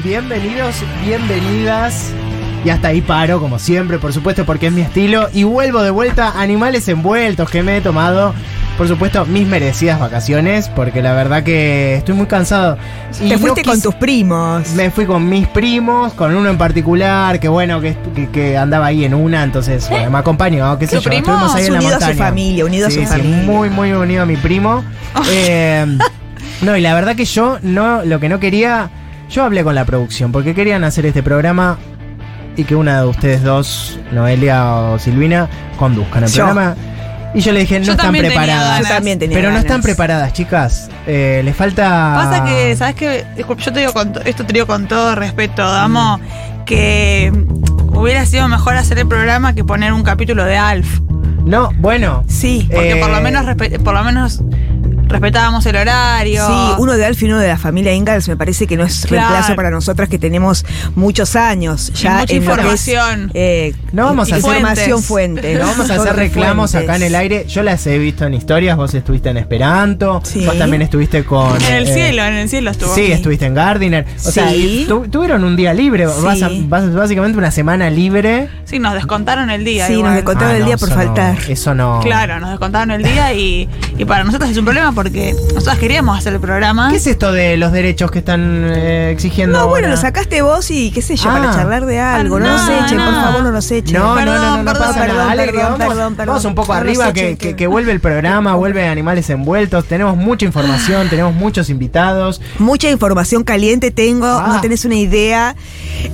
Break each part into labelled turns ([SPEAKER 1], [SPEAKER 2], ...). [SPEAKER 1] bienvenidos, bienvenidas. Y hasta ahí paro, como siempre, por supuesto, porque es mi estilo. Y vuelvo de vuelta a Animales Envueltos, que me he tomado, por supuesto, mis merecidas vacaciones, porque la verdad que estoy muy cansado. Y
[SPEAKER 2] Te
[SPEAKER 1] no
[SPEAKER 2] fuiste con
[SPEAKER 1] quise-
[SPEAKER 2] tus primos.
[SPEAKER 1] Me fui con mis primos, con uno en particular, que bueno, que, que- que andaba ahí en una, entonces
[SPEAKER 2] ¿Eh?
[SPEAKER 1] bueno, me acompañó, qué sé
[SPEAKER 3] ¿Tu
[SPEAKER 1] yo,
[SPEAKER 3] primo?
[SPEAKER 1] estuvimos ahí
[SPEAKER 2] Es
[SPEAKER 1] en la
[SPEAKER 2] unido a su
[SPEAKER 1] montaña.
[SPEAKER 2] familia, unido
[SPEAKER 1] Sí,
[SPEAKER 2] a su
[SPEAKER 1] sí,
[SPEAKER 2] familia.
[SPEAKER 1] Muy, muy unido a mi primo. Eh, no, y la verdad que yo no, lo que no quería, yo hablé con la producción, porque querían hacer este programa y que una de ustedes dos, Noelia o Silvina, conduzcan el
[SPEAKER 2] Yo.
[SPEAKER 1] programa. Y yo le dije, no
[SPEAKER 3] Yo
[SPEAKER 1] están
[SPEAKER 3] también tenía
[SPEAKER 1] preparadas.
[SPEAKER 2] Yo también tenía
[SPEAKER 1] Pero no
[SPEAKER 2] ganas.
[SPEAKER 1] están preparadas, chicas. Eh, les falta.
[SPEAKER 3] Pasa
[SPEAKER 2] Ah.
[SPEAKER 3] que, ¿sabes qué? Disculpa, yo te digo con to- esto te digo con todo respeto, Damo, que hubiera sido mejor hacer el programa que poner un capítulo de Alf.
[SPEAKER 1] No, bueno.
[SPEAKER 2] Sí.
[SPEAKER 3] Porque por
[SPEAKER 1] Eh.
[SPEAKER 3] lo menos respe- por lo menos respetábamos el horario.
[SPEAKER 2] Sí, uno de Alf y uno de la familia Ingalls me parece que no es
[SPEAKER 3] Claro.
[SPEAKER 2] reemplazo para nosotras que tenemos muchos años ya
[SPEAKER 3] mucha
[SPEAKER 2] en lo que es,
[SPEAKER 3] información.
[SPEAKER 2] eh,
[SPEAKER 1] No vamos a hacer-
[SPEAKER 2] información fuente.
[SPEAKER 1] No vamos a hacer
[SPEAKER 2] Sobre
[SPEAKER 1] reclamos
[SPEAKER 2] fuentes.
[SPEAKER 1] acá en el aire. Yo las he visto en historias. Vos estuviste en Esperanto.
[SPEAKER 2] Sí.
[SPEAKER 1] Vos también estuviste con.
[SPEAKER 3] En el
[SPEAKER 1] eh,
[SPEAKER 3] cielo, en el cielo estuvo.
[SPEAKER 1] Sí, estuviste en Gardiner. O sea, y
[SPEAKER 2] Sí.
[SPEAKER 1] tu- tuvieron un día libre. basa- bas- básicamente una semana libre.
[SPEAKER 3] Sí, nos descontaron el día.
[SPEAKER 2] Sí,
[SPEAKER 3] igual.
[SPEAKER 2] nos descontaron. Contaron el día por
[SPEAKER 1] eso no,
[SPEAKER 2] faltar.
[SPEAKER 1] eso no.
[SPEAKER 3] Claro, nos descontaron el día y, y para nosotros es un problema porque nosotros queríamos hacer el programa.
[SPEAKER 1] ¿Qué es esto de los derechos que están eh, exigiendo?
[SPEAKER 2] No, bueno,
[SPEAKER 1] ahora?
[SPEAKER 2] lo sacaste vos y qué sé yo,
[SPEAKER 1] Ah.
[SPEAKER 2] para charlar de algo. No,
[SPEAKER 3] Ah,
[SPEAKER 2] nos echen,
[SPEAKER 3] no.
[SPEAKER 2] por favor, no nos echen.
[SPEAKER 1] No,
[SPEAKER 3] Perdón,
[SPEAKER 1] no, no, no, no
[SPEAKER 3] perdón,
[SPEAKER 1] pasa
[SPEAKER 2] perdón,
[SPEAKER 1] nada. Ale, que
[SPEAKER 2] perdón,
[SPEAKER 1] vamos,
[SPEAKER 2] perdón, perdón.
[SPEAKER 1] vamos un poco
[SPEAKER 2] No los
[SPEAKER 1] arriba,
[SPEAKER 2] echen,
[SPEAKER 1] que, que-
[SPEAKER 2] que-
[SPEAKER 1] que vuelve el programa, vuelve Animales Envueltos. Tenemos mucha información, tenemos muchos invitados.
[SPEAKER 2] Mucha información caliente tengo,
[SPEAKER 1] Ah.
[SPEAKER 2] no tenés una idea.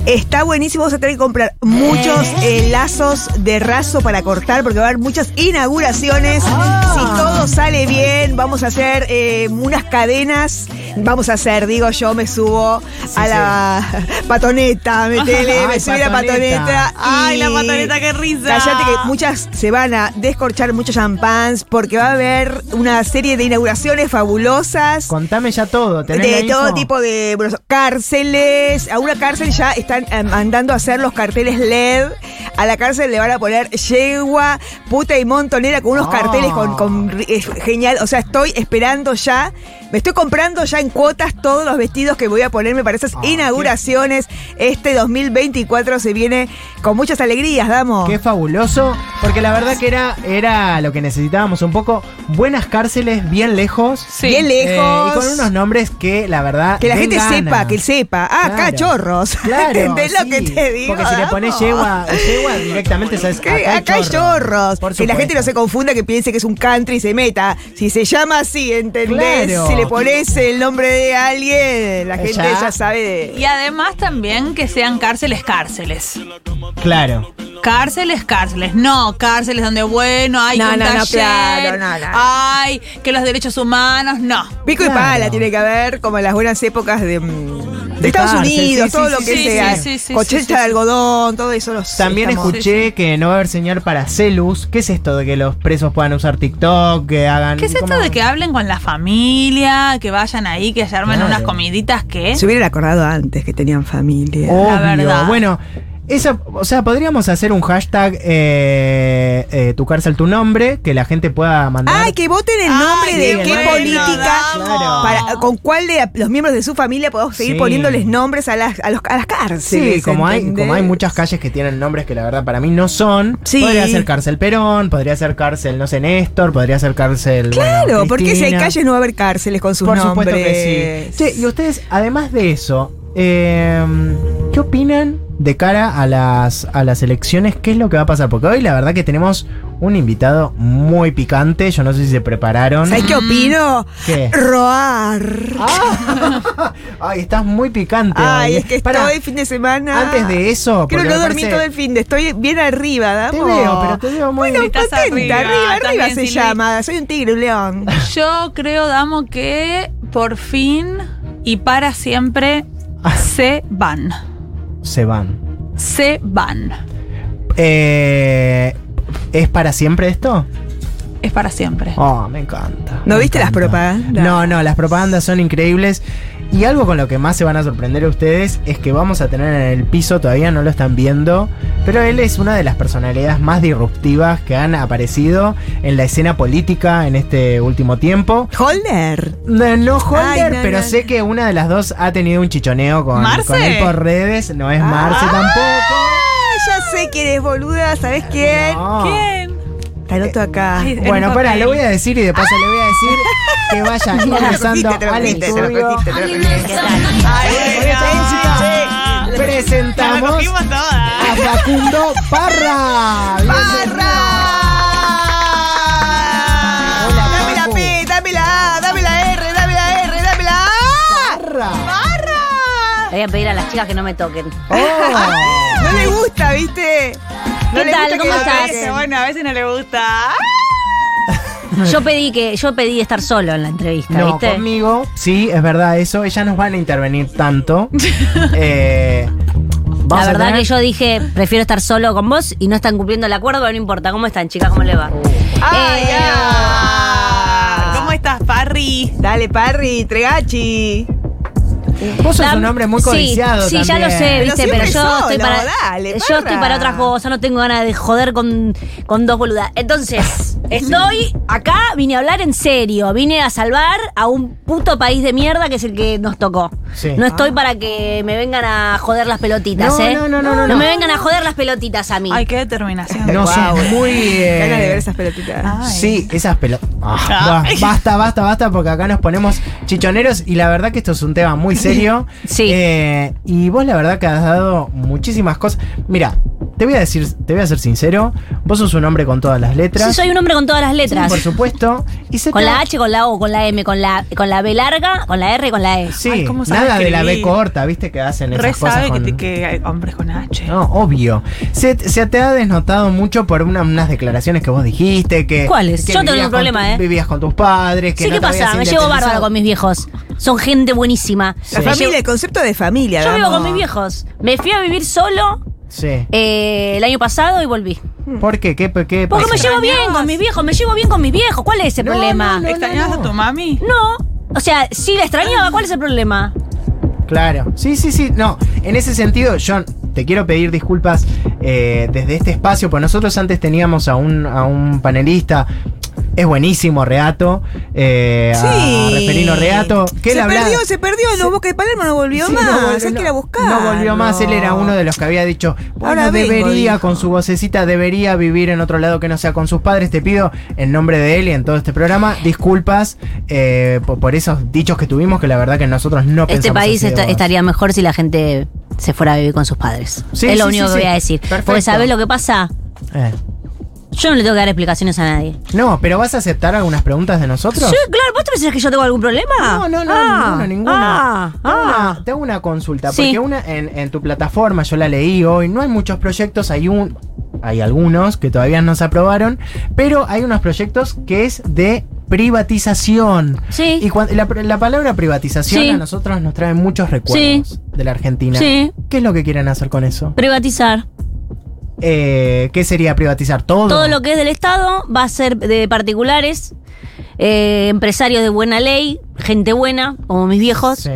[SPEAKER 2] Está buenísimo, vas a tener que comprar muchos eh, lazos de raso para cortar porque va a haber muchas inauguraciones. Si todo sale bien, vamos a hacer eh, unas cadenas. Vamos a hacer, digo yo, me subo a la patoneta, metele, me
[SPEAKER 1] Ay,
[SPEAKER 2] subí a la
[SPEAKER 1] patoneta.
[SPEAKER 2] patoneta.
[SPEAKER 3] Ay,
[SPEAKER 2] y-
[SPEAKER 3] la patoneta, qué risa.
[SPEAKER 2] Cállate que muchas se van a descorchar muchos champans porque va a haber una serie de inauguraciones fabulosas.
[SPEAKER 1] Contame ya todo. ¿tenés la
[SPEAKER 2] De
[SPEAKER 1] info?
[SPEAKER 2] todo tipo de bueno, cárceles. A una cárcel ya están eh, mandando a hacer los carteles LED. A la cárcel le van a poner yegua, puta y montonera con unos
[SPEAKER 1] Ah.
[SPEAKER 2] carteles con, con- es genial. O sea, estoy esperando ya. Me estoy comprando ya en cuotas todos los vestidos que voy a ponerme para esas
[SPEAKER 1] Ah,
[SPEAKER 2] inauguraciones. Este 2024 se viene con muchas alegrías, damos.
[SPEAKER 1] Qué fabuloso, porque la verdad que era, era lo que necesitábamos un poco. Buenas cárceles, bien lejos.
[SPEAKER 3] Sí.
[SPEAKER 2] Bien
[SPEAKER 1] Eh,
[SPEAKER 2] lejos.
[SPEAKER 1] y con unos nombres que la verdad.
[SPEAKER 2] Que la
[SPEAKER 1] den
[SPEAKER 2] gente
[SPEAKER 1] ganas.
[SPEAKER 2] sepa, que sepa. Ah,
[SPEAKER 1] Claro.
[SPEAKER 2] cachorros.
[SPEAKER 1] Claro.
[SPEAKER 2] ¿Entendés
[SPEAKER 1] sí,
[SPEAKER 2] lo que te digo?
[SPEAKER 1] Porque si le pones
[SPEAKER 2] Vamos.
[SPEAKER 1] yegua, yegua directamente sabes.
[SPEAKER 2] Que acá hay chorros.
[SPEAKER 1] Por
[SPEAKER 2] Que la gente no se
[SPEAKER 1] supuesto.
[SPEAKER 2] confunda, que piense que es un country y se meta. Si se llama así, ¿entendés?
[SPEAKER 1] Claro.
[SPEAKER 2] Si le pones el nombre de alguien, la gente
[SPEAKER 1] Ya.
[SPEAKER 2] ya, sabe de.
[SPEAKER 3] Y además también que sean cárceles, cárceles.
[SPEAKER 1] Claro.
[SPEAKER 3] Cárceles, cárceles. No, cárceles donde, bueno, hay
[SPEAKER 2] No,
[SPEAKER 3] que un
[SPEAKER 2] no, no, claro,
[SPEAKER 3] taller,
[SPEAKER 2] no, no.
[SPEAKER 3] hay que los derechos humanos, no.
[SPEAKER 2] Pico y
[SPEAKER 1] Claro.
[SPEAKER 2] pala tiene que haber, como en las buenas épocas de, mm, de
[SPEAKER 1] De
[SPEAKER 2] Estados
[SPEAKER 1] cárcel,
[SPEAKER 2] Unidos,
[SPEAKER 1] sí,
[SPEAKER 2] todo
[SPEAKER 1] sí,
[SPEAKER 2] lo
[SPEAKER 1] sí,
[SPEAKER 2] que
[SPEAKER 3] sí,
[SPEAKER 2] sea.
[SPEAKER 3] sí, sí, sí,
[SPEAKER 2] Cocheta
[SPEAKER 3] sí, sí,
[SPEAKER 2] de
[SPEAKER 3] sí.
[SPEAKER 2] algodón, todo eso lo
[SPEAKER 1] También
[SPEAKER 2] estamos-
[SPEAKER 1] escuché que no va a haber señal para celus. ¿Qué es esto de que los presos puedan usar TikTok, que hagan.
[SPEAKER 3] ¿Qué es esto
[SPEAKER 1] cómo?
[SPEAKER 3] de que hablen con la familia, que vayan ahí, que se armen
[SPEAKER 1] Claro.
[SPEAKER 3] unas comiditas que...
[SPEAKER 2] Se hubieran acordado antes que tenían familia.
[SPEAKER 1] Obvio.
[SPEAKER 3] La verdad.
[SPEAKER 1] Bueno, esa, o sea, podríamos hacer un hashtag eh, eh, tu cárcel, tu nombre, que la gente pueda mandar.
[SPEAKER 2] Ay, que voten el nombre
[SPEAKER 3] Ay,
[SPEAKER 2] de
[SPEAKER 1] qué
[SPEAKER 2] qué,
[SPEAKER 1] bueno,
[SPEAKER 2] política,
[SPEAKER 3] Damo.
[SPEAKER 2] para- con cuál de la- los miembros de su familia podemos seguir
[SPEAKER 1] Sí.
[SPEAKER 2] poniéndoles nombres a las, a los- a las cárceles.
[SPEAKER 1] Sí, como hay,
[SPEAKER 2] ¿entendés?
[SPEAKER 1] como hay muchas calles que tienen nombres que la verdad para mí no son.
[SPEAKER 2] Sí.
[SPEAKER 1] Podría ser cárcel Perón, podría ser cárcel, no sé, Néstor, podría ser cárcel.
[SPEAKER 2] Claro,
[SPEAKER 1] bueno,
[SPEAKER 2] porque si hay
[SPEAKER 1] Cristina.
[SPEAKER 2] calles no va a haber cárceles con sus
[SPEAKER 1] Por
[SPEAKER 2] nombres.
[SPEAKER 1] supuesto que sí. Che, y ustedes, además de eso, eh, ¿qué opinan de cara a las, a las elecciones? ¿Qué es lo que va a pasar? Porque hoy la verdad que tenemos un invitado muy picante. Yo no sé si se prepararon.
[SPEAKER 2] ¿Sabes qué opino?
[SPEAKER 1] ¿Qué?
[SPEAKER 2] Roar.
[SPEAKER 1] Ah, Ay, estás muy picante.
[SPEAKER 2] Ay,
[SPEAKER 1] hoy. eh.
[SPEAKER 2] es que
[SPEAKER 1] Pará,
[SPEAKER 2] estoy fin de semana.
[SPEAKER 1] Antes de eso,
[SPEAKER 2] Creo
[SPEAKER 1] porque
[SPEAKER 2] que no
[SPEAKER 1] me
[SPEAKER 2] dormí
[SPEAKER 1] parece-
[SPEAKER 2] todo el fin de. Estoy bien arriba, damos.
[SPEAKER 1] Te veo, pero te veo muy.
[SPEAKER 2] Bueno,
[SPEAKER 3] Estás
[SPEAKER 2] contenta,
[SPEAKER 3] arriba,
[SPEAKER 2] arriba, arriba, se
[SPEAKER 3] también, Silvi.
[SPEAKER 2] llama. Soy un tigre, un león.
[SPEAKER 3] Yo creo, Damo, que por fin y para siempre se van.
[SPEAKER 1] Se van.
[SPEAKER 3] Se van.
[SPEAKER 1] Eh, ¿Es para siempre esto?
[SPEAKER 3] Es para siempre.
[SPEAKER 1] Oh, me encanta.
[SPEAKER 2] ¿No
[SPEAKER 1] me
[SPEAKER 2] viste las
[SPEAKER 1] encanta.
[SPEAKER 2] propagandas?
[SPEAKER 1] No, no, las propagandas son increíbles. Y algo con lo que más se van a sorprender ustedes es que vamos a tener en el piso, todavía no lo están viendo, Pero él es una de las personalidades más disruptivas que han aparecido en la escena política en este último tiempo.
[SPEAKER 2] Holder.
[SPEAKER 1] No, no Holder,
[SPEAKER 2] Ay, no,
[SPEAKER 1] pero
[SPEAKER 2] no,
[SPEAKER 1] sé
[SPEAKER 2] no.
[SPEAKER 1] que una de las dos ha tenido un chichoneo con,
[SPEAKER 3] ¿Marce?
[SPEAKER 1] con él por redes. No es Marce
[SPEAKER 2] Ah, ya sé quién es, boluda. ¿Sabes quién?
[SPEAKER 1] tampoco. No.
[SPEAKER 3] ¿Quién?
[SPEAKER 2] Taroto acá.
[SPEAKER 3] Ay, en
[SPEAKER 1] Bueno,
[SPEAKER 3] un
[SPEAKER 1] pará,
[SPEAKER 3] papel.
[SPEAKER 1] le voy a decir y de paso le voy a decir que vaya ingresando
[SPEAKER 2] Te lo
[SPEAKER 1] al
[SPEAKER 2] cogiste, te lo
[SPEAKER 1] estudio.
[SPEAKER 2] cogiste, te lo cogiste. Ay,
[SPEAKER 1] Presenta-
[SPEAKER 3] Nos la
[SPEAKER 1] Presentamos
[SPEAKER 3] cogimos
[SPEAKER 1] a
[SPEAKER 3] todas.
[SPEAKER 1] Facundo Parra.
[SPEAKER 2] ¡Barra!
[SPEAKER 1] Hola,
[SPEAKER 2] Dame la
[SPEAKER 1] Facu.
[SPEAKER 2] P, dame la A, dame la R, dame la R, dame la A.
[SPEAKER 1] Parra.
[SPEAKER 2] ¡Barra!
[SPEAKER 4] Le voy a pedir a las chicas que no me toquen.
[SPEAKER 1] Oh.
[SPEAKER 2] No le gusta, ¿viste? No
[SPEAKER 4] ¿Qué
[SPEAKER 2] le
[SPEAKER 4] tal?
[SPEAKER 2] gusta que
[SPEAKER 4] ¿Cómo
[SPEAKER 2] la
[SPEAKER 4] estás?
[SPEAKER 2] besen.
[SPEAKER 3] Bueno, a veces no le gusta.
[SPEAKER 4] Yo pedí que, yo pedí estar solo en la entrevista,
[SPEAKER 1] No,
[SPEAKER 4] ¿viste?
[SPEAKER 1] conmigo, sí, es verdad eso. Ellas nos van a intervenir tanto. Eh,
[SPEAKER 4] La
[SPEAKER 1] vamos a
[SPEAKER 4] verdad
[SPEAKER 1] tener-
[SPEAKER 4] que yo dije, prefiero estar solo con vos y no están cumpliendo el acuerdo, pero no importa. ¿Cómo están, chicas? ¿Cómo le va?
[SPEAKER 2] Ay,
[SPEAKER 4] Eh,
[SPEAKER 2] ah.
[SPEAKER 3] ¿Cómo estás, Parry?
[SPEAKER 2] Dale, Parry, Tregachi.
[SPEAKER 1] Vos sos
[SPEAKER 4] Dam-
[SPEAKER 1] un hombre muy
[SPEAKER 4] sí,
[SPEAKER 1] codiciado
[SPEAKER 4] Sí, ya
[SPEAKER 1] también.
[SPEAKER 4] lo sé,
[SPEAKER 2] Pero
[SPEAKER 4] viste, pero,
[SPEAKER 2] siempre
[SPEAKER 4] yo
[SPEAKER 2] solo,
[SPEAKER 4] estoy para.
[SPEAKER 2] dale,
[SPEAKER 4] yo
[SPEAKER 2] parra.
[SPEAKER 4] estoy para otra cosa, no tengo ganas de joder con, con dos boludas. Entonces, estoy acá, vine a hablar en serio. Vine a salvar a un puto país de mierda que es el que nos tocó.
[SPEAKER 1] Sí.
[SPEAKER 4] No estoy para que me vengan a joder las pelotitas,
[SPEAKER 1] Ah. No,
[SPEAKER 4] ¿eh?
[SPEAKER 1] no, no, no, no, no.
[SPEAKER 4] me vengan a joder las pelotitas a mí.
[SPEAKER 3] Ay, qué determinación.
[SPEAKER 1] No
[SPEAKER 3] Guau.
[SPEAKER 1] sos muy. eh,
[SPEAKER 2] Ganas de ver esas pelotitas.
[SPEAKER 4] Ah,
[SPEAKER 3] Ay.
[SPEAKER 1] Sí, esas pelotas.
[SPEAKER 3] Ah.
[SPEAKER 1] basta, basta, basta, porque acá nos ponemos chichoneros y la verdad que esto es un tema muy serio.
[SPEAKER 4] Sí.
[SPEAKER 1] Eh, y vos la verdad que has dado muchísimas cosas. Mira, te voy a decir, te voy a ser sincero, vos sos un hombre con todas las letras.
[SPEAKER 4] Sí, soy un hombre con todas las
[SPEAKER 1] Sí,
[SPEAKER 4] letras.
[SPEAKER 1] por supuesto. Y se
[SPEAKER 4] con
[SPEAKER 1] te-
[SPEAKER 4] la H, con la O, con la M, con la, con la B larga, con la R y con la E.
[SPEAKER 1] Sí,
[SPEAKER 3] Ay, ¿cómo sabe
[SPEAKER 1] nada de la B
[SPEAKER 3] escribir?
[SPEAKER 1] corta, viste que hacen esas
[SPEAKER 3] Re
[SPEAKER 1] cosas.
[SPEAKER 3] sabe que,
[SPEAKER 1] con-
[SPEAKER 3] te- que hay hombres con H.
[SPEAKER 1] No, obvio. Se, se te ha desnotado mucho por una- unas declaraciones que vos dijiste que.
[SPEAKER 4] ¿Cuáles?
[SPEAKER 1] que
[SPEAKER 4] Yo tengo
[SPEAKER 1] vivías
[SPEAKER 4] un
[SPEAKER 1] con
[SPEAKER 4] problema,
[SPEAKER 1] tu-
[SPEAKER 4] ¿eh?
[SPEAKER 1] Vivías con tus padres, que
[SPEAKER 4] Sí,
[SPEAKER 1] no
[SPEAKER 4] ¿qué
[SPEAKER 1] te habías
[SPEAKER 4] pasa? Me llevo bárbaro
[SPEAKER 1] independizado.
[SPEAKER 4] con mis viejos. Son gente buenísima.
[SPEAKER 2] La
[SPEAKER 1] Sí.
[SPEAKER 2] familia, el concepto de familia.
[SPEAKER 4] Yo vivo
[SPEAKER 2] vamos.
[SPEAKER 4] con mis viejos. Me fui a vivir solo
[SPEAKER 1] Sí.
[SPEAKER 4] eh, el año pasado y volví.
[SPEAKER 1] ¿Por qué? ¿Qué, qué
[SPEAKER 4] Porque
[SPEAKER 1] pasa?
[SPEAKER 4] me llevo bien con mis viejos, me llevo bien con mis viejos. ¿Cuál es ese
[SPEAKER 1] No,
[SPEAKER 4] problema?
[SPEAKER 1] no,
[SPEAKER 3] ¿Extrañabas
[SPEAKER 1] no.
[SPEAKER 3] a tu mami?
[SPEAKER 4] No. O sea, sí la extrañaba, ¿cuál es el problema?
[SPEAKER 1] Claro. Sí, sí, sí. No, en ese sentido, yo te quiero pedir disculpas eh, desde este espacio, pues nosotros antes teníamos a un, a un panelista. Es buenísimo, Reato. Eh, A
[SPEAKER 2] Sí.
[SPEAKER 1] Referino Reato. Que él
[SPEAKER 2] se
[SPEAKER 1] hablaba-
[SPEAKER 2] perdió, se perdió. No, Boca de Palermo no volvió
[SPEAKER 1] Sí,
[SPEAKER 2] más.
[SPEAKER 1] no volvió,
[SPEAKER 2] Hay
[SPEAKER 1] no-
[SPEAKER 2] que ir a buscar.
[SPEAKER 1] No volvió más, él era uno de los que había dicho, bueno,
[SPEAKER 2] Ahora vengo",
[SPEAKER 1] debería,
[SPEAKER 2] dijo.
[SPEAKER 1] con su vocecita, debería vivir en otro lado que no sea con sus padres. Te pido, en nombre de él y en todo este programa, disculpas eh, po- por, esos dichos que tuvimos, que la verdad que nosotros no pensamos
[SPEAKER 4] Este país
[SPEAKER 1] así de
[SPEAKER 4] esta-
[SPEAKER 1] vos.
[SPEAKER 4] estaría mejor si la gente se fuera a vivir con sus padres.
[SPEAKER 1] Sí,
[SPEAKER 4] es lo
[SPEAKER 1] sí,
[SPEAKER 4] único
[SPEAKER 1] sí, sí.
[SPEAKER 4] que voy a decir.
[SPEAKER 1] Perfecto.
[SPEAKER 4] Porque ¿sabés lo que pasa?
[SPEAKER 1] Eh.
[SPEAKER 4] Yo no le tengo que dar explicaciones a nadie.
[SPEAKER 1] No, pero ¿vas a aceptar algunas preguntas de nosotros?
[SPEAKER 4] Sí, claro, ¿vos te pensás que yo tengo algún problema?
[SPEAKER 1] No, no, no,
[SPEAKER 4] Ah,
[SPEAKER 1] ninguna, ninguna.
[SPEAKER 4] Ah,
[SPEAKER 1] Tengo
[SPEAKER 4] ah.
[SPEAKER 1] una- tengo una consulta,
[SPEAKER 4] Sí.
[SPEAKER 1] porque una en, en tu plataforma, yo la leí hoy, no hay muchos proyectos, hay un hay algunos que todavía no se aprobaron, pero hay unos proyectos que es de privatización.
[SPEAKER 4] Sí.
[SPEAKER 1] Y cuan- la, la palabra privatización
[SPEAKER 4] Sí.
[SPEAKER 1] a nosotros nos trae muchos recuerdos
[SPEAKER 4] Sí.
[SPEAKER 1] de la Argentina.
[SPEAKER 4] Sí.
[SPEAKER 1] ¿Qué es lo que quieren hacer con eso?
[SPEAKER 4] Privatizar.
[SPEAKER 1] Eh, ¿Qué sería privatizar todo?
[SPEAKER 4] Todo lo que es del Estado va a ser de particulares, eh, empresarios de buena ley, gente buena, como mis viejos.
[SPEAKER 1] Sí.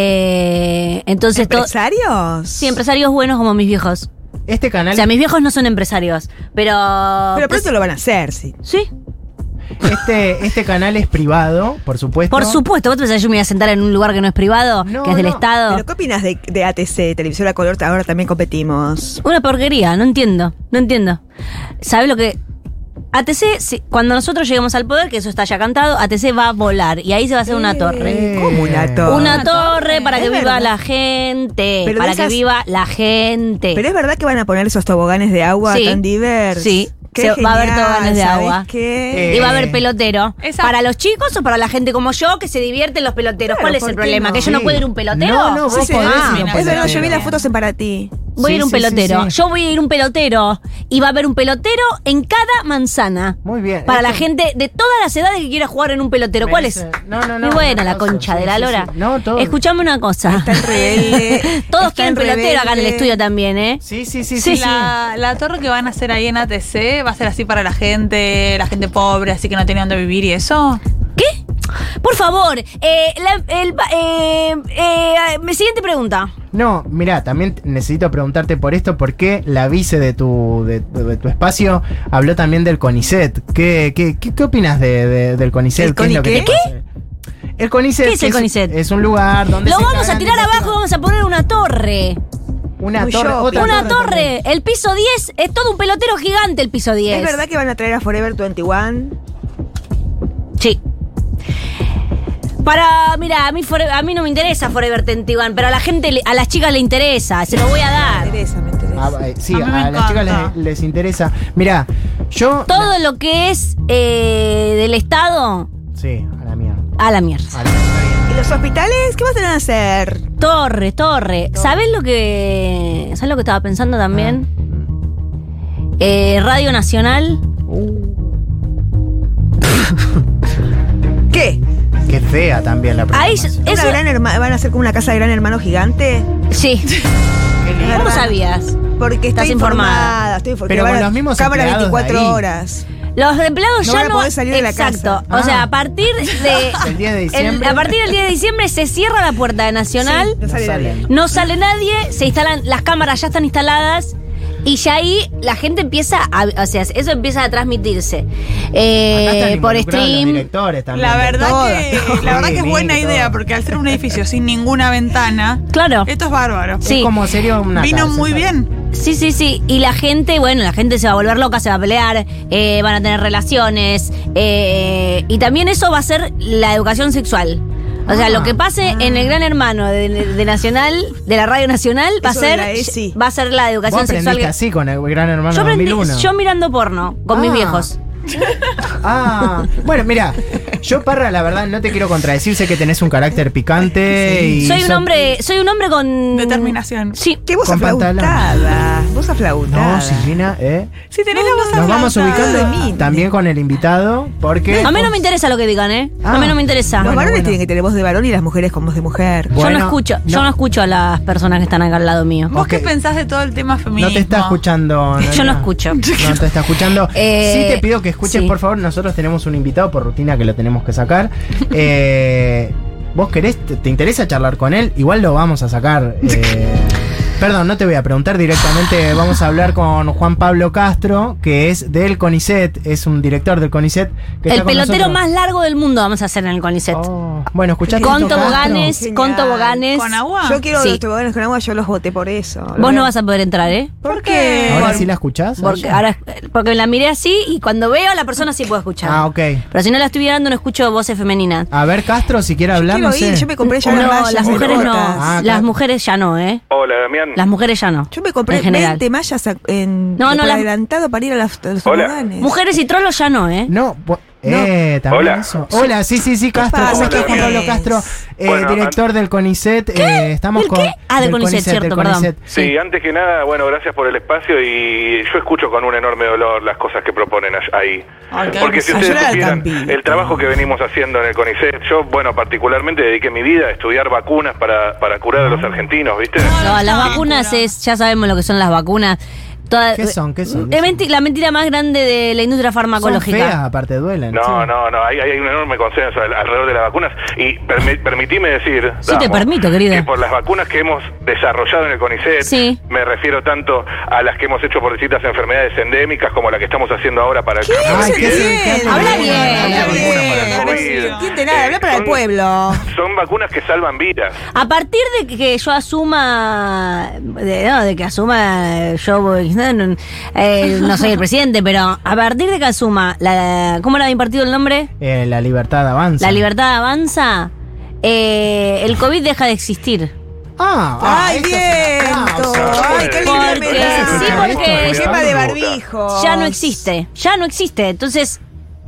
[SPEAKER 4] Eh, entonces, todo-
[SPEAKER 2] ¿Empresarios?
[SPEAKER 4] sí, empresarios buenos como mis viejos.
[SPEAKER 1] Este
[SPEAKER 4] O
[SPEAKER 1] canal
[SPEAKER 4] sea, mis viejos no son empresarios, pero... pues
[SPEAKER 2] Pero pronto lo van a hacer, sí.
[SPEAKER 4] Sí,
[SPEAKER 1] este este canal es privado, por supuesto.
[SPEAKER 4] por supuesto. ¿Vos te pensás que yo me voy a sentar en un lugar que no es privado,
[SPEAKER 1] No,
[SPEAKER 4] que es del
[SPEAKER 1] no,
[SPEAKER 4] Estado?
[SPEAKER 2] ¿Pero qué opinas de, de ATC, Televisora Color? Ahora también competimos.
[SPEAKER 4] Una porquería, no entiendo, no entiendo. ¿Sabes lo que...? ATC, si- cuando nosotros lleguemos al poder, que eso está ya cantado, ATC va a volar y ahí se va a hacer una torre.
[SPEAKER 1] Eh,
[SPEAKER 2] ¿Cómo Ah. una torre?
[SPEAKER 4] Una torre para
[SPEAKER 2] Es
[SPEAKER 4] que viva
[SPEAKER 2] verdad.
[SPEAKER 4] la gente.
[SPEAKER 2] Pero
[SPEAKER 4] para
[SPEAKER 2] de esas-
[SPEAKER 4] que viva la gente.
[SPEAKER 2] Pero es verdad que van a poner esos toboganes de agua
[SPEAKER 4] Sí.
[SPEAKER 2] tan diversos.
[SPEAKER 4] Sí. Se- va a haber toboganes de agua.
[SPEAKER 2] qué?
[SPEAKER 4] y va a
[SPEAKER 1] Eh,
[SPEAKER 4] haber pelotero.
[SPEAKER 3] esa-
[SPEAKER 4] ¿Para los chicos o para la gente como yo que se divierten los peloteros?
[SPEAKER 2] Claro,
[SPEAKER 4] ¿Cuál es
[SPEAKER 2] ¿por
[SPEAKER 4] el
[SPEAKER 2] qué
[SPEAKER 4] problema?
[SPEAKER 2] no?
[SPEAKER 4] ¿Que yo no
[SPEAKER 1] Sí.
[SPEAKER 4] puedo ir a un pelotero?
[SPEAKER 1] No, no, vos
[SPEAKER 2] Sí,
[SPEAKER 1] podés
[SPEAKER 4] Ah,
[SPEAKER 1] ir a un
[SPEAKER 2] es verdad, yo
[SPEAKER 1] pelotero.
[SPEAKER 2] vi las fotos en para ti.
[SPEAKER 4] Voy a ir a un
[SPEAKER 1] Sí, sí, sí,
[SPEAKER 4] pelotero.
[SPEAKER 1] sí.
[SPEAKER 4] Yo voy a ir a un pelotero. Y va a haber un pelotero en cada manzana.
[SPEAKER 1] Muy bien.
[SPEAKER 4] Para la
[SPEAKER 1] Esto-
[SPEAKER 4] gente de todas las edades que quiera jugar en un pelotero. ¿Cuál es?
[SPEAKER 1] Merece- No, no, no.
[SPEAKER 4] Muy buena
[SPEAKER 1] no,
[SPEAKER 4] la
[SPEAKER 1] no,
[SPEAKER 4] concha
[SPEAKER 1] sí,
[SPEAKER 4] de la
[SPEAKER 1] sí,
[SPEAKER 4] lora.
[SPEAKER 1] sí. No, todo.
[SPEAKER 4] Escuchame una cosa.
[SPEAKER 2] Está en rebelde.
[SPEAKER 4] Todos
[SPEAKER 2] está
[SPEAKER 4] quieren
[SPEAKER 2] en
[SPEAKER 4] pelotero acá en el
[SPEAKER 2] rebelde.
[SPEAKER 4] estudio también, ¿eh?
[SPEAKER 1] Sí, sí, sí,
[SPEAKER 4] Sí,
[SPEAKER 1] sí.
[SPEAKER 4] sí.
[SPEAKER 3] La, la torre que van a hacer ahí en ATC va a ser así para la gente, la gente pobre, así que no tiene dónde vivir y eso.
[SPEAKER 4] Por favor, eh, la- el, eh, eh, mi siguiente pregunta.
[SPEAKER 1] No, mirá, también t- necesito preguntarte por esto, ¿por qué la vice de tu, de, de- de tu espacio habló también del CONICET? ¿Qué, qué, qué, qué opinas de, de- del CONICET? es
[SPEAKER 2] ¿El
[SPEAKER 1] lo
[SPEAKER 2] Coni
[SPEAKER 1] que te pasa? El CONICET.
[SPEAKER 4] ¿Qué es el
[SPEAKER 1] que
[SPEAKER 4] CONICET?
[SPEAKER 1] Es un lugar donde.
[SPEAKER 4] Lo
[SPEAKER 1] se
[SPEAKER 4] vamos a
[SPEAKER 1] cagan
[SPEAKER 4] tirar
[SPEAKER 1] de-
[SPEAKER 4] abajo y vamos a poner una torre.
[SPEAKER 1] Una
[SPEAKER 2] Un
[SPEAKER 1] torre.
[SPEAKER 2] shopping.
[SPEAKER 1] otra también.
[SPEAKER 4] Una torre. El piso 10 es todo un pelotero gigante el piso 10.
[SPEAKER 2] ¿Es verdad que van a traer a Forever 21?
[SPEAKER 4] Sí. Para, mira, a mí, Fore- a mí no me interesa Forever 21, pero a la gente, le- a las chicas le interesa, se lo voy a
[SPEAKER 2] Me
[SPEAKER 4] dar.
[SPEAKER 2] interesa, me interesa.
[SPEAKER 1] Ah, eh, sí,
[SPEAKER 3] A mí me
[SPEAKER 1] a, las chicas
[SPEAKER 3] encanta.
[SPEAKER 1] les, les interesa. Mirá, yo.
[SPEAKER 4] Todo lo que es eh, del Estado,
[SPEAKER 1] Sí, a la mierda.
[SPEAKER 4] a la mierda.
[SPEAKER 1] A la mierda.
[SPEAKER 2] ¿Y los hospitales? ¿Qué van a hacer?
[SPEAKER 4] Torre, torre. ¿Sabés lo que. ¿Sabés lo que estaba pensando también?
[SPEAKER 2] Ah.
[SPEAKER 4] Eh, Radio Nacional.
[SPEAKER 2] ¿Qué?
[SPEAKER 1] Qué fea también la
[SPEAKER 4] Ahí
[SPEAKER 1] programación.
[SPEAKER 4] es.
[SPEAKER 2] ¿Una gran herma- ¿Van a hacer como una casa de gran hermano
[SPEAKER 4] Eh,
[SPEAKER 2] gigante?
[SPEAKER 4] Sí. ¿Cómo
[SPEAKER 2] verdad.
[SPEAKER 4] sabías?
[SPEAKER 2] Porque
[SPEAKER 4] Estás
[SPEAKER 2] estoy informada.
[SPEAKER 4] informada.
[SPEAKER 2] Estoy informada.
[SPEAKER 1] Pero
[SPEAKER 2] van
[SPEAKER 1] con
[SPEAKER 2] a-
[SPEAKER 1] los mismos
[SPEAKER 2] Cámara
[SPEAKER 1] empleados de
[SPEAKER 2] 24
[SPEAKER 1] ahí.
[SPEAKER 2] horas.
[SPEAKER 4] Los empleados
[SPEAKER 2] No
[SPEAKER 4] ya
[SPEAKER 2] van a
[SPEAKER 4] no.
[SPEAKER 2] poder salir de la casa.
[SPEAKER 4] Exacto.
[SPEAKER 1] Ah.
[SPEAKER 4] O sea, a partir de.
[SPEAKER 1] El 10 de
[SPEAKER 4] el-
[SPEAKER 1] diciembre.
[SPEAKER 4] a partir del 10 de diciembre se cierra la puerta de Nacional.
[SPEAKER 2] Sí, no
[SPEAKER 1] No
[SPEAKER 2] sale nadie.
[SPEAKER 1] salen.
[SPEAKER 4] No sale nadie, se instalan, las cámaras ya están instaladas. Y ya ahí la gente empieza a. O sea, eso empieza a transmitirse. Eh,
[SPEAKER 1] Acá están involucrados
[SPEAKER 4] por
[SPEAKER 1] Los
[SPEAKER 4] stream.
[SPEAKER 1] directores también.
[SPEAKER 3] La verdad que,
[SPEAKER 1] Todas.
[SPEAKER 3] la verdad que es
[SPEAKER 1] Sí,
[SPEAKER 3] buena
[SPEAKER 1] sí,
[SPEAKER 3] idea,
[SPEAKER 1] todas.
[SPEAKER 3] porque al ser un edificio sin ninguna ventana,
[SPEAKER 4] Claro.
[SPEAKER 3] esto es bárbaro.
[SPEAKER 4] Sí.
[SPEAKER 1] Es como sería una.
[SPEAKER 3] Vino
[SPEAKER 1] cárcel,
[SPEAKER 3] muy
[SPEAKER 1] ¿sabes?
[SPEAKER 3] bien.
[SPEAKER 4] Sí, sí, sí. Y la gente, bueno, la gente se va a volver loca, se va a pelear, eh, van a tener relaciones. eh, y también eso va a ser la educación sexual. O sea,
[SPEAKER 1] Ah.
[SPEAKER 4] lo que pase en el Gran Hermano de, de Nacional, de la Radio Nacional, va a
[SPEAKER 2] Eso de
[SPEAKER 4] ser
[SPEAKER 2] la ESI.
[SPEAKER 4] va a ser la
[SPEAKER 1] Vos
[SPEAKER 4] educación
[SPEAKER 1] aprendiste
[SPEAKER 4] sexual. que-
[SPEAKER 1] así con el Gran Hermano
[SPEAKER 4] yo aprendí,
[SPEAKER 1] 2001.
[SPEAKER 4] yo mirando porno con mis
[SPEAKER 1] Ah.
[SPEAKER 4] viejos.
[SPEAKER 1] Ah, bueno, mira, yo Parra, la verdad no te quiero contradecir, sé que tenés un carácter picante y
[SPEAKER 4] Soy un
[SPEAKER 1] sos-
[SPEAKER 4] hombre, soy un hombre con
[SPEAKER 3] Determinación.
[SPEAKER 4] Sí.
[SPEAKER 2] ¿Qué voz
[SPEAKER 1] Con pantalón.
[SPEAKER 2] aflautada? Voz aflautada.
[SPEAKER 1] No, Silvina, eh.
[SPEAKER 3] Si tenés la voz
[SPEAKER 1] Nos vamos
[SPEAKER 3] aflautada.
[SPEAKER 1] ubicando
[SPEAKER 2] de mí.
[SPEAKER 1] también con el invitado porque
[SPEAKER 4] A mí no me interesa lo que digan, ¿eh? a mí
[SPEAKER 1] Ah.
[SPEAKER 4] no me interesa.
[SPEAKER 2] Los
[SPEAKER 1] Bueno,
[SPEAKER 2] varones
[SPEAKER 1] bueno.
[SPEAKER 2] tienen que tener voz de varón y las mujeres con voz de mujer.
[SPEAKER 4] yo
[SPEAKER 1] Bueno,
[SPEAKER 4] no escucho, yo no escucho a las personas que están acá al lado mío.
[SPEAKER 3] ¿Vos
[SPEAKER 1] Ok.
[SPEAKER 3] qué pensás de todo el tema feminismo?
[SPEAKER 1] no te está escuchando.
[SPEAKER 4] Yo no
[SPEAKER 1] Noelia.
[SPEAKER 4] escucho.
[SPEAKER 1] No te está escuchando.
[SPEAKER 4] Eh,
[SPEAKER 1] sí te pido que escuches,
[SPEAKER 4] sí.
[SPEAKER 1] por favor. Nosotros tenemos un invitado por rutina que lo tenemos que sacar. Eh, ¿Vos querés? Te, te interesa charlar con él? Igual lo vamos a sacar. eh, perdón, no te voy a preguntar directamente. Vamos a hablar con Juan Pablo Castro, que es del CONICET. Es un director del CONICET. Que
[SPEAKER 4] El
[SPEAKER 1] está con
[SPEAKER 4] pelotero
[SPEAKER 1] nosotros.
[SPEAKER 4] más largo del mundo vamos a hacer en el Conicet.
[SPEAKER 1] Oh, bueno, escuchate.
[SPEAKER 4] con
[SPEAKER 1] esto, Castro.
[SPEAKER 4] toboganes,
[SPEAKER 2] Castro.
[SPEAKER 4] con
[SPEAKER 2] Genial.
[SPEAKER 4] toboganes.
[SPEAKER 3] ¿Con agua?
[SPEAKER 2] Yo quiero
[SPEAKER 4] Sí.
[SPEAKER 2] los toboganes con agua, yo los voté por eso.
[SPEAKER 4] Vos no vas a poder entrar, ¿eh?
[SPEAKER 2] ¿Por qué?
[SPEAKER 1] ¿Ahora sí la escuchás? Ah,
[SPEAKER 4] Porque,
[SPEAKER 1] Aya?
[SPEAKER 4] ahora, porque la miré así y cuando veo a la persona sí puedo escuchar.
[SPEAKER 1] Ah, ok.
[SPEAKER 4] Pero si no la estoy mirando no escucho voces femeninas.
[SPEAKER 1] A ver, Castro, si quiere hablar,
[SPEAKER 2] Quiero
[SPEAKER 1] no sé.
[SPEAKER 2] ir, yo me compré ya
[SPEAKER 4] Oh, no,
[SPEAKER 2] las mallas
[SPEAKER 4] las mujeres no.
[SPEAKER 2] cortas.
[SPEAKER 1] Ah,
[SPEAKER 4] las
[SPEAKER 1] claro.
[SPEAKER 4] mujeres ya no, ¿eh?
[SPEAKER 5] Hola, Damián.
[SPEAKER 4] Las mujeres ya no.
[SPEAKER 2] Yo me compré
[SPEAKER 4] en general.
[SPEAKER 2] 20 mallas a- en
[SPEAKER 4] No, no,
[SPEAKER 2] por
[SPEAKER 4] las-
[SPEAKER 2] adelantado para ir a, las- a los
[SPEAKER 5] Hola.
[SPEAKER 2] toboganes.
[SPEAKER 4] Mujeres y trolos ya no, ¿eh?
[SPEAKER 1] No, bo- eh, también
[SPEAKER 5] Hola.
[SPEAKER 1] eso. Hola, sí, sí, sí, Castro.
[SPEAKER 2] pasa?
[SPEAKER 1] ¿Cómo estás, Juan
[SPEAKER 5] Hola,
[SPEAKER 1] Pablo
[SPEAKER 2] Damián.
[SPEAKER 1] Castro? Eh,
[SPEAKER 5] Bueno,
[SPEAKER 1] director del CONICET. eh, estamos
[SPEAKER 4] ¿Del
[SPEAKER 1] con.
[SPEAKER 4] qué? Ah, del CONICET, cierto, perdón.
[SPEAKER 5] Sí, antes que nada, bueno, gracias por el espacio y yo escucho con un enorme dolor las cosas que proponen all- ahí.
[SPEAKER 3] Ay, qué
[SPEAKER 5] Porque si
[SPEAKER 3] vergüenza.
[SPEAKER 5] ustedes
[SPEAKER 2] Llorar al
[SPEAKER 5] supieran
[SPEAKER 2] campito.
[SPEAKER 5] el trabajo que venimos haciendo en el CONICET, yo, bueno, particularmente dediqué mi vida a estudiar vacunas para, para curar a los argentinos, ¿viste?
[SPEAKER 4] No, las vacunas es, ya sabemos lo que son las vacunas. Toda-
[SPEAKER 1] ¿Qué son? ¿Qué son?
[SPEAKER 4] Es menti- la mentira más grande de la industria
[SPEAKER 1] Son
[SPEAKER 4] farmacológica.
[SPEAKER 1] feas, aparte duelen.
[SPEAKER 5] No,
[SPEAKER 1] sí.
[SPEAKER 5] no, no, hay, hay un enorme consenso al- alrededor de las vacunas y permi- permitime decir...
[SPEAKER 4] Sí, te permito, querida.
[SPEAKER 5] Que por las vacunas que hemos desarrollado en el CONICET,
[SPEAKER 4] Sí.
[SPEAKER 5] me refiero tanto a las que hemos hecho por distintas enfermedades endémicas como la que estamos haciendo ahora para el cáncer.
[SPEAKER 1] Ay, qué
[SPEAKER 2] Bien,
[SPEAKER 1] se- qué
[SPEAKER 4] Habla
[SPEAKER 1] aburrido.
[SPEAKER 4] bien,
[SPEAKER 1] Habla
[SPEAKER 2] habla
[SPEAKER 5] bien.
[SPEAKER 2] bien.
[SPEAKER 5] Habla
[SPEAKER 3] bien.
[SPEAKER 2] No siente nada, habla para el
[SPEAKER 5] Son-
[SPEAKER 2] pueblo.
[SPEAKER 5] Son vacunas que salvan vidas.
[SPEAKER 4] A partir de que yo asuma, de, no, de que asuma, eh, yo voy- no, no, eh, no soy el presidente, pero a partir de que asuma, la, ¿cómo le había impartido el nombre?
[SPEAKER 1] Eh, la libertad avanza.
[SPEAKER 4] La libertad avanza, eh, el COVID deja de existir.
[SPEAKER 1] Ah, ah,
[SPEAKER 2] ¡Ay,
[SPEAKER 1] esto es
[SPEAKER 2] bien!
[SPEAKER 1] un aplauso.
[SPEAKER 2] ¡Ay, qué lindo!
[SPEAKER 4] Porque- sí, porque-
[SPEAKER 2] Tema de barbijo.
[SPEAKER 4] Ya no existe, ya no existe. Entonces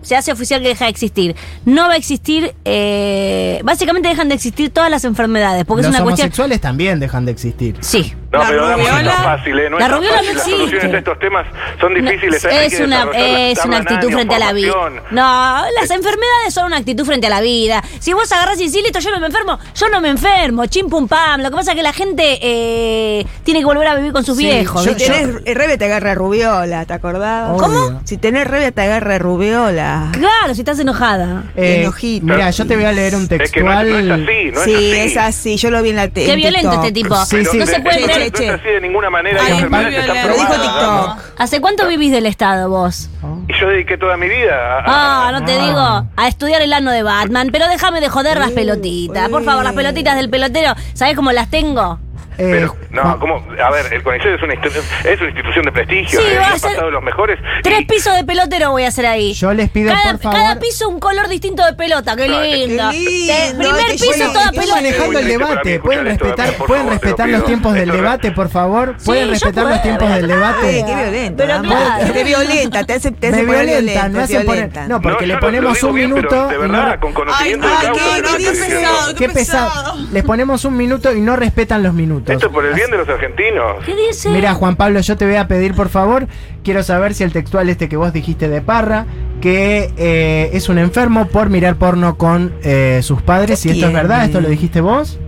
[SPEAKER 4] se hace oficial que deja de existir. No va a existir, eh, básicamente dejan de existir todas las enfermedades, porque
[SPEAKER 1] Los
[SPEAKER 4] es una cuestión...
[SPEAKER 1] homosexuales también dejan de existir.
[SPEAKER 4] Sí.
[SPEAKER 5] No,
[SPEAKER 3] La
[SPEAKER 5] pero damos
[SPEAKER 3] rubiola-
[SPEAKER 5] no es tan fácil, ¿eh? No es
[SPEAKER 4] la
[SPEAKER 5] tan
[SPEAKER 4] rubiola
[SPEAKER 5] fácil.
[SPEAKER 4] no
[SPEAKER 5] Las
[SPEAKER 4] existe.
[SPEAKER 5] soluciones de estos temas son difíciles. ¿eh? hay
[SPEAKER 4] es
[SPEAKER 5] que
[SPEAKER 4] una,
[SPEAKER 5] desarrollarlas.
[SPEAKER 4] es una
[SPEAKER 5] Tardan
[SPEAKER 4] actitud
[SPEAKER 5] años,
[SPEAKER 4] frente a la vida.
[SPEAKER 5] formación.
[SPEAKER 4] No, las enfermedades son una actitud frente a la vida. Si vos agarrás y decís, listo, yo no me enfermo, yo no me enfermo, chim pum pam. Lo que pasa es que la gente eh, tiene que volver a vivir con sus
[SPEAKER 1] Sí,
[SPEAKER 4] viejos.
[SPEAKER 1] yo-
[SPEAKER 2] Si
[SPEAKER 4] ¿viste?
[SPEAKER 2] tenés eh, rebe te agarra rubiola, ¿te acordás?
[SPEAKER 1] ¿Cómo?
[SPEAKER 2] Si tenés rebe te agarra rubiola. enojada.
[SPEAKER 4] Claro, si estás enojada.
[SPEAKER 1] Eh,
[SPEAKER 2] Enojito.
[SPEAKER 1] Mira, yo te voy a leer un
[SPEAKER 5] Es que no
[SPEAKER 1] textual.
[SPEAKER 5] es, no es así, no
[SPEAKER 2] sí,
[SPEAKER 5] es así.
[SPEAKER 2] yo lo vi en la tele.
[SPEAKER 4] Qué violento este tipo.
[SPEAKER 1] Sí, sí.
[SPEAKER 4] No se puede
[SPEAKER 5] no,
[SPEAKER 2] Che,
[SPEAKER 5] es-
[SPEAKER 4] creer.
[SPEAKER 5] no es así de ninguna manera.
[SPEAKER 3] Ay,
[SPEAKER 5] y
[SPEAKER 3] es
[SPEAKER 5] las
[SPEAKER 3] muy
[SPEAKER 5] enfermedades están
[SPEAKER 3] violento.
[SPEAKER 2] Lo dijo
[SPEAKER 5] probadas,
[SPEAKER 2] TikTok.
[SPEAKER 5] ¿no?
[SPEAKER 4] ¿Hace cuánto vivís del Estado vos?
[SPEAKER 5] Y yo dediqué toda mi vida a- a,
[SPEAKER 4] Ah, no te digo, a estudiar el ano de Batman, pero déjame de joder las pelotitas. Por favor, las pelotitas del pelotero, ¿sabes cómo las tengo?
[SPEAKER 1] Eh,
[SPEAKER 5] Pero,
[SPEAKER 1] va-
[SPEAKER 5] no, ¿cómo? A ver, el CONICET es una, institu- es una institución de prestigio.
[SPEAKER 4] Sí,
[SPEAKER 5] eh,
[SPEAKER 4] va a
[SPEAKER 5] han
[SPEAKER 4] ser-
[SPEAKER 5] pasado los mejores.
[SPEAKER 4] Tres
[SPEAKER 5] y-
[SPEAKER 4] pisos de pelotero voy a hacer ahí.
[SPEAKER 1] Yo les pido,
[SPEAKER 4] cada,
[SPEAKER 1] por favor-
[SPEAKER 4] cada piso un color distinto de pelota, qué
[SPEAKER 5] Claro, qué
[SPEAKER 2] lindo,
[SPEAKER 4] lindo. Te- primer
[SPEAKER 2] qué
[SPEAKER 4] piso
[SPEAKER 2] lindo,
[SPEAKER 4] toda
[SPEAKER 2] qué
[SPEAKER 4] pelota.
[SPEAKER 5] lindo.
[SPEAKER 1] manejando el
[SPEAKER 5] Muy triste para mí
[SPEAKER 1] debate. Pueden respetar,
[SPEAKER 5] escuchar esto, Damián, por
[SPEAKER 1] pueden
[SPEAKER 5] favor, te lo
[SPEAKER 1] respetar
[SPEAKER 5] pido.
[SPEAKER 1] los tiempos del
[SPEAKER 5] Esto es-
[SPEAKER 1] debate, por favor. Pueden
[SPEAKER 4] yo
[SPEAKER 1] respetar
[SPEAKER 4] puedo,
[SPEAKER 1] los tiempos del
[SPEAKER 2] Ay,
[SPEAKER 1] debate.
[SPEAKER 2] qué violento.
[SPEAKER 4] Pero
[SPEAKER 2] ¿no?
[SPEAKER 4] claro.
[SPEAKER 2] Te violenta, te hace, te
[SPEAKER 1] Me
[SPEAKER 2] hace poner
[SPEAKER 1] violenta,
[SPEAKER 2] violenta,
[SPEAKER 1] no
[SPEAKER 2] te
[SPEAKER 1] hacen poner.
[SPEAKER 2] violenta.
[SPEAKER 1] No,
[SPEAKER 5] No,
[SPEAKER 1] porque
[SPEAKER 5] yo
[SPEAKER 1] le
[SPEAKER 5] lo-
[SPEAKER 1] ponemos
[SPEAKER 5] lo digo
[SPEAKER 1] un
[SPEAKER 5] bien, pero
[SPEAKER 1] minuto.
[SPEAKER 5] De
[SPEAKER 1] y no
[SPEAKER 5] verdad,
[SPEAKER 1] re-
[SPEAKER 5] con conocimiento
[SPEAKER 2] Ay,
[SPEAKER 5] de
[SPEAKER 2] ay,
[SPEAKER 5] causa.
[SPEAKER 2] qué-
[SPEAKER 5] lo
[SPEAKER 2] qué
[SPEAKER 5] estoy diciendo.
[SPEAKER 2] pesado.
[SPEAKER 1] Qué pesado. Les ponemos un minuto y no respetan los minutos.
[SPEAKER 5] Esto es por el bien de los argentinos.
[SPEAKER 4] ¿Qué dice?
[SPEAKER 1] Mira, Juan Pablo, yo te voy a pedir, por favor, quiero saber si el textual este que vos dijiste de Parra, que eh, es un enfermo por mirar porno con eh, sus padres, si esto es
[SPEAKER 2] Bien.
[SPEAKER 1] verdad, esto lo dijiste vos.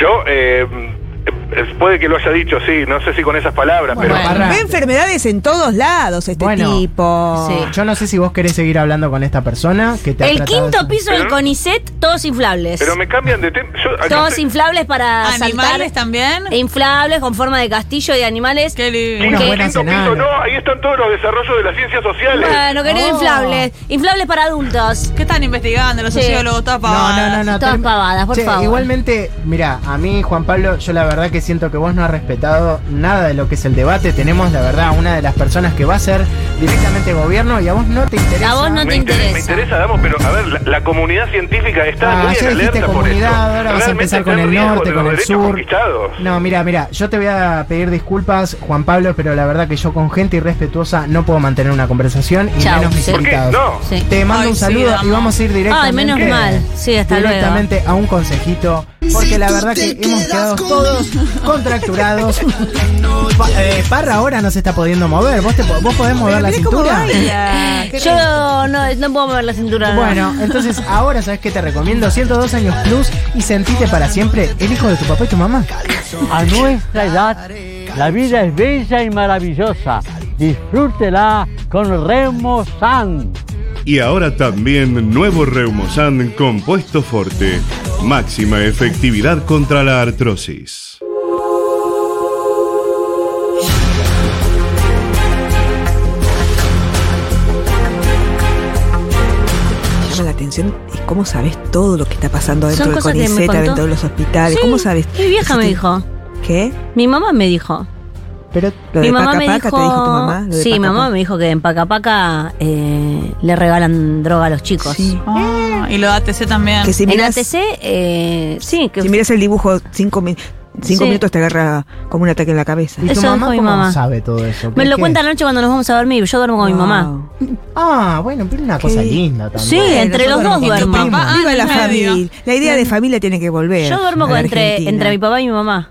[SPEAKER 5] Yo, eh, eh, puede que lo haya dicho, sí, no sé si con esas palabras,
[SPEAKER 1] Bueno,
[SPEAKER 5] pero.
[SPEAKER 1] Parra,
[SPEAKER 2] Ve enfermedades en todos lados este
[SPEAKER 1] Bueno.
[SPEAKER 2] tipo.
[SPEAKER 4] Sí.
[SPEAKER 1] yo no sé si vos querés seguir hablando con esta persona que te ha
[SPEAKER 4] El
[SPEAKER 1] tratado
[SPEAKER 4] quinto
[SPEAKER 1] así.
[SPEAKER 4] piso
[SPEAKER 5] Pero
[SPEAKER 4] del
[SPEAKER 5] no-
[SPEAKER 4] CONICET, todos inflables.
[SPEAKER 5] Pero me cambian de tema. Yo acá
[SPEAKER 4] Todos
[SPEAKER 5] estoy-
[SPEAKER 4] inflables para
[SPEAKER 3] ¿Animales
[SPEAKER 4] saltar.
[SPEAKER 3] también?
[SPEAKER 1] Eh,
[SPEAKER 4] E inflables con forma de castillo y de animales.
[SPEAKER 3] Qué lindo.
[SPEAKER 5] Quinto,
[SPEAKER 1] Una buena
[SPEAKER 5] quinto
[SPEAKER 1] cenada.
[SPEAKER 5] piso, no, ahí están todos los desarrollos de las ciencias sociales.
[SPEAKER 4] Bueno, querido
[SPEAKER 1] Oh.
[SPEAKER 4] inflables. Inflables para adultos.
[SPEAKER 3] ¿Qué están investigando los
[SPEAKER 4] Sí.
[SPEAKER 3] sociólogos? Toda
[SPEAKER 1] No,
[SPEAKER 3] pavada.
[SPEAKER 1] no, no, no.
[SPEAKER 4] Todas
[SPEAKER 1] term-
[SPEAKER 4] pavadas, por
[SPEAKER 1] Che,
[SPEAKER 4] favor.
[SPEAKER 1] Igualmente, mira, a mí, Juan Pablo, yo la verdad que siento que vos no has respetado nada de lo que es el debate. Tenemos, la verdad, una de las personas que va a ser directamente gobierno y a vos no te interesa.
[SPEAKER 4] A vos no
[SPEAKER 5] me
[SPEAKER 4] te
[SPEAKER 5] interesa.
[SPEAKER 4] interesa.
[SPEAKER 5] Me interesa, Damos, pero a ver, la, la comunidad científica está
[SPEAKER 1] Ah,
[SPEAKER 5] muy en
[SPEAKER 1] ayer dijiste
[SPEAKER 5] alerta por esto.
[SPEAKER 1] comunidad, ahora vas a
[SPEAKER 5] Realmente
[SPEAKER 1] empezar
[SPEAKER 5] está
[SPEAKER 1] con
[SPEAKER 5] en
[SPEAKER 1] el
[SPEAKER 5] riesgo
[SPEAKER 1] norte,
[SPEAKER 5] de
[SPEAKER 1] con
[SPEAKER 5] los
[SPEAKER 1] el
[SPEAKER 5] derechos
[SPEAKER 1] sur.
[SPEAKER 5] conquistados.
[SPEAKER 1] No, mira, mira, yo te voy a pedir disculpas, Juan Pablo, pero la verdad que yo con gente irrespetuosa no puedo mantener una conversación y
[SPEAKER 4] Chau,
[SPEAKER 1] menos mis
[SPEAKER 4] sí.
[SPEAKER 5] ¿Por qué?
[SPEAKER 1] invitados.
[SPEAKER 5] No.
[SPEAKER 4] Sí.
[SPEAKER 1] Te mando
[SPEAKER 3] Ay,
[SPEAKER 1] un
[SPEAKER 3] sí,
[SPEAKER 1] saludo y
[SPEAKER 3] amo.
[SPEAKER 1] vamos a ir directamente.
[SPEAKER 4] Ay, menos mal. Sí, hasta luego.
[SPEAKER 1] directamente a un consejito, porque la verdad que hemos quedado todos contracturados. Pa- eh, Parra ahora no se está pudiendo mover. ¿Vos, te, po- vos podés mover la
[SPEAKER 2] Mirá cómo
[SPEAKER 1] cintura?
[SPEAKER 2] baila.
[SPEAKER 4] Yo no, no puedo mover la cintura. no.
[SPEAKER 1] Bueno, entonces ahora sabes que te recomiendo 102 años plus y sentite para siempre el hijo de tu papá y tu mamá.
[SPEAKER 6] A nuestra edad, la vida es bella y maravillosa. Disfrútela con Remo San.
[SPEAKER 7] Y ahora también nuevo Reumosan compuesto forte. Máxima efectividad contra la artrosis.
[SPEAKER 2] llama la atención es cómo sabes todo lo que está pasando dentro
[SPEAKER 4] Son
[SPEAKER 2] del
[SPEAKER 4] cosas que me
[SPEAKER 2] CONICET,
[SPEAKER 4] contó.
[SPEAKER 2] dentro de los hospitales.
[SPEAKER 4] Sí,
[SPEAKER 2] ¿Cómo sabes?
[SPEAKER 4] Mi vieja me dijo.
[SPEAKER 2] ¿Qué?
[SPEAKER 4] Mi mamá me dijo.
[SPEAKER 1] Pero
[SPEAKER 2] ¿Lo
[SPEAKER 4] mi
[SPEAKER 2] de
[SPEAKER 4] mamá
[SPEAKER 2] Paca
[SPEAKER 4] me
[SPEAKER 2] Paca
[SPEAKER 4] dijo.
[SPEAKER 2] te dijo tu mamá? ¿Lo de
[SPEAKER 4] sí,
[SPEAKER 2] Paca
[SPEAKER 4] mi mamá
[SPEAKER 2] Paca?
[SPEAKER 4] me dijo que en Paca Paca eh, le regalan droga a los chicos.
[SPEAKER 2] Sí.
[SPEAKER 3] Ah, y lo de ATC también.
[SPEAKER 2] Que si
[SPEAKER 4] en
[SPEAKER 2] miras,
[SPEAKER 4] ATC, eh, sí, que
[SPEAKER 2] si miras el dibujo, cinco, mi- cinco
[SPEAKER 4] Sí.
[SPEAKER 2] minutos te agarra como un ataque en la cabeza.
[SPEAKER 1] ¿y tu
[SPEAKER 4] Eso
[SPEAKER 1] mamá
[SPEAKER 4] dijo mi
[SPEAKER 1] cómo
[SPEAKER 4] mamá.
[SPEAKER 1] sabe todo eso?
[SPEAKER 4] me
[SPEAKER 1] ¿Por
[SPEAKER 4] lo
[SPEAKER 1] qué?
[SPEAKER 4] cuenta la noche cuando nos vamos a dormir. Yo duermo con mi mamá.
[SPEAKER 2] Wow.
[SPEAKER 1] Ah, bueno, pero una cosa
[SPEAKER 2] ¿Qué?
[SPEAKER 1] linda también.
[SPEAKER 4] Sí, entre
[SPEAKER 2] yo
[SPEAKER 4] los dos
[SPEAKER 2] duermo con tu
[SPEAKER 4] duermo.
[SPEAKER 3] papá.
[SPEAKER 2] Viva
[SPEAKER 3] Ah,
[SPEAKER 2] la
[SPEAKER 3] en medio.
[SPEAKER 2] familia. La idea de familia tiene que volver.
[SPEAKER 4] Yo duermo
[SPEAKER 2] a
[SPEAKER 4] con-
[SPEAKER 2] la
[SPEAKER 4] entre,
[SPEAKER 2] Argentina.
[SPEAKER 4] entre mi papá y mi mamá.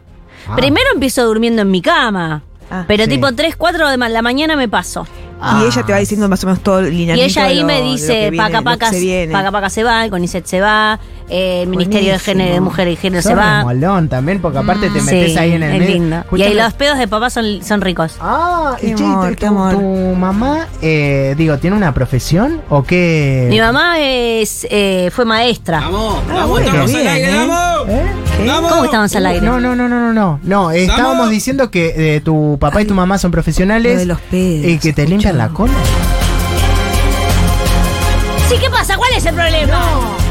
[SPEAKER 1] Ah.
[SPEAKER 4] Primero empiezo durmiendo en mi cama.
[SPEAKER 2] Ah,
[SPEAKER 4] pero
[SPEAKER 1] sí.
[SPEAKER 4] tipo 3, 4 de ma- la mañana me paso.
[SPEAKER 2] Y ella te va diciendo más o menos todo el
[SPEAKER 4] Y
[SPEAKER 2] lineamiento.
[SPEAKER 4] ella
[SPEAKER 2] de
[SPEAKER 4] ahí
[SPEAKER 2] lo- de
[SPEAKER 4] me
[SPEAKER 2] lo
[SPEAKER 4] dice,
[SPEAKER 2] que viene,
[SPEAKER 4] paca
[SPEAKER 2] lo que
[SPEAKER 4] paca,
[SPEAKER 2] se viene.
[SPEAKER 4] paca paca se va, el CONICET se va, eh, el Ministerio de Género, de
[SPEAKER 2] Buenísimo.
[SPEAKER 4] Mujer y Género se
[SPEAKER 1] Sos
[SPEAKER 4] va. Mm,
[SPEAKER 1] remolón también, porque aparte te
[SPEAKER 4] Ah, Sí,
[SPEAKER 1] metes ahí en el
[SPEAKER 4] es
[SPEAKER 1] medio.
[SPEAKER 4] lindo. Y
[SPEAKER 1] Escúchame.
[SPEAKER 4] ahí los pedos de papá son, son ricos.
[SPEAKER 1] Ah,
[SPEAKER 2] Qué
[SPEAKER 1] y che,
[SPEAKER 2] amor,
[SPEAKER 1] tu,
[SPEAKER 2] qué amor.
[SPEAKER 1] tu mamá, eh, digo, ¿tiene una profesión o qué?
[SPEAKER 4] Mi mamá es, eh, fue maestra.
[SPEAKER 2] Ah, bueno, bien, ¿eh?
[SPEAKER 1] ¿Eh? ¿Qué?
[SPEAKER 4] ¿Cómo estamos al aire?
[SPEAKER 1] Uh, No, no, no, no, no, no. No, eh, estábamos diciendo que eh, tu papá y tu mamá son
[SPEAKER 2] Lo de
[SPEAKER 1] profesionales
[SPEAKER 2] los pedos,
[SPEAKER 1] y que te
[SPEAKER 2] escucha.
[SPEAKER 1] limpian la cola.
[SPEAKER 4] Sí, ¿qué pasa? ¿Cuál es el problema?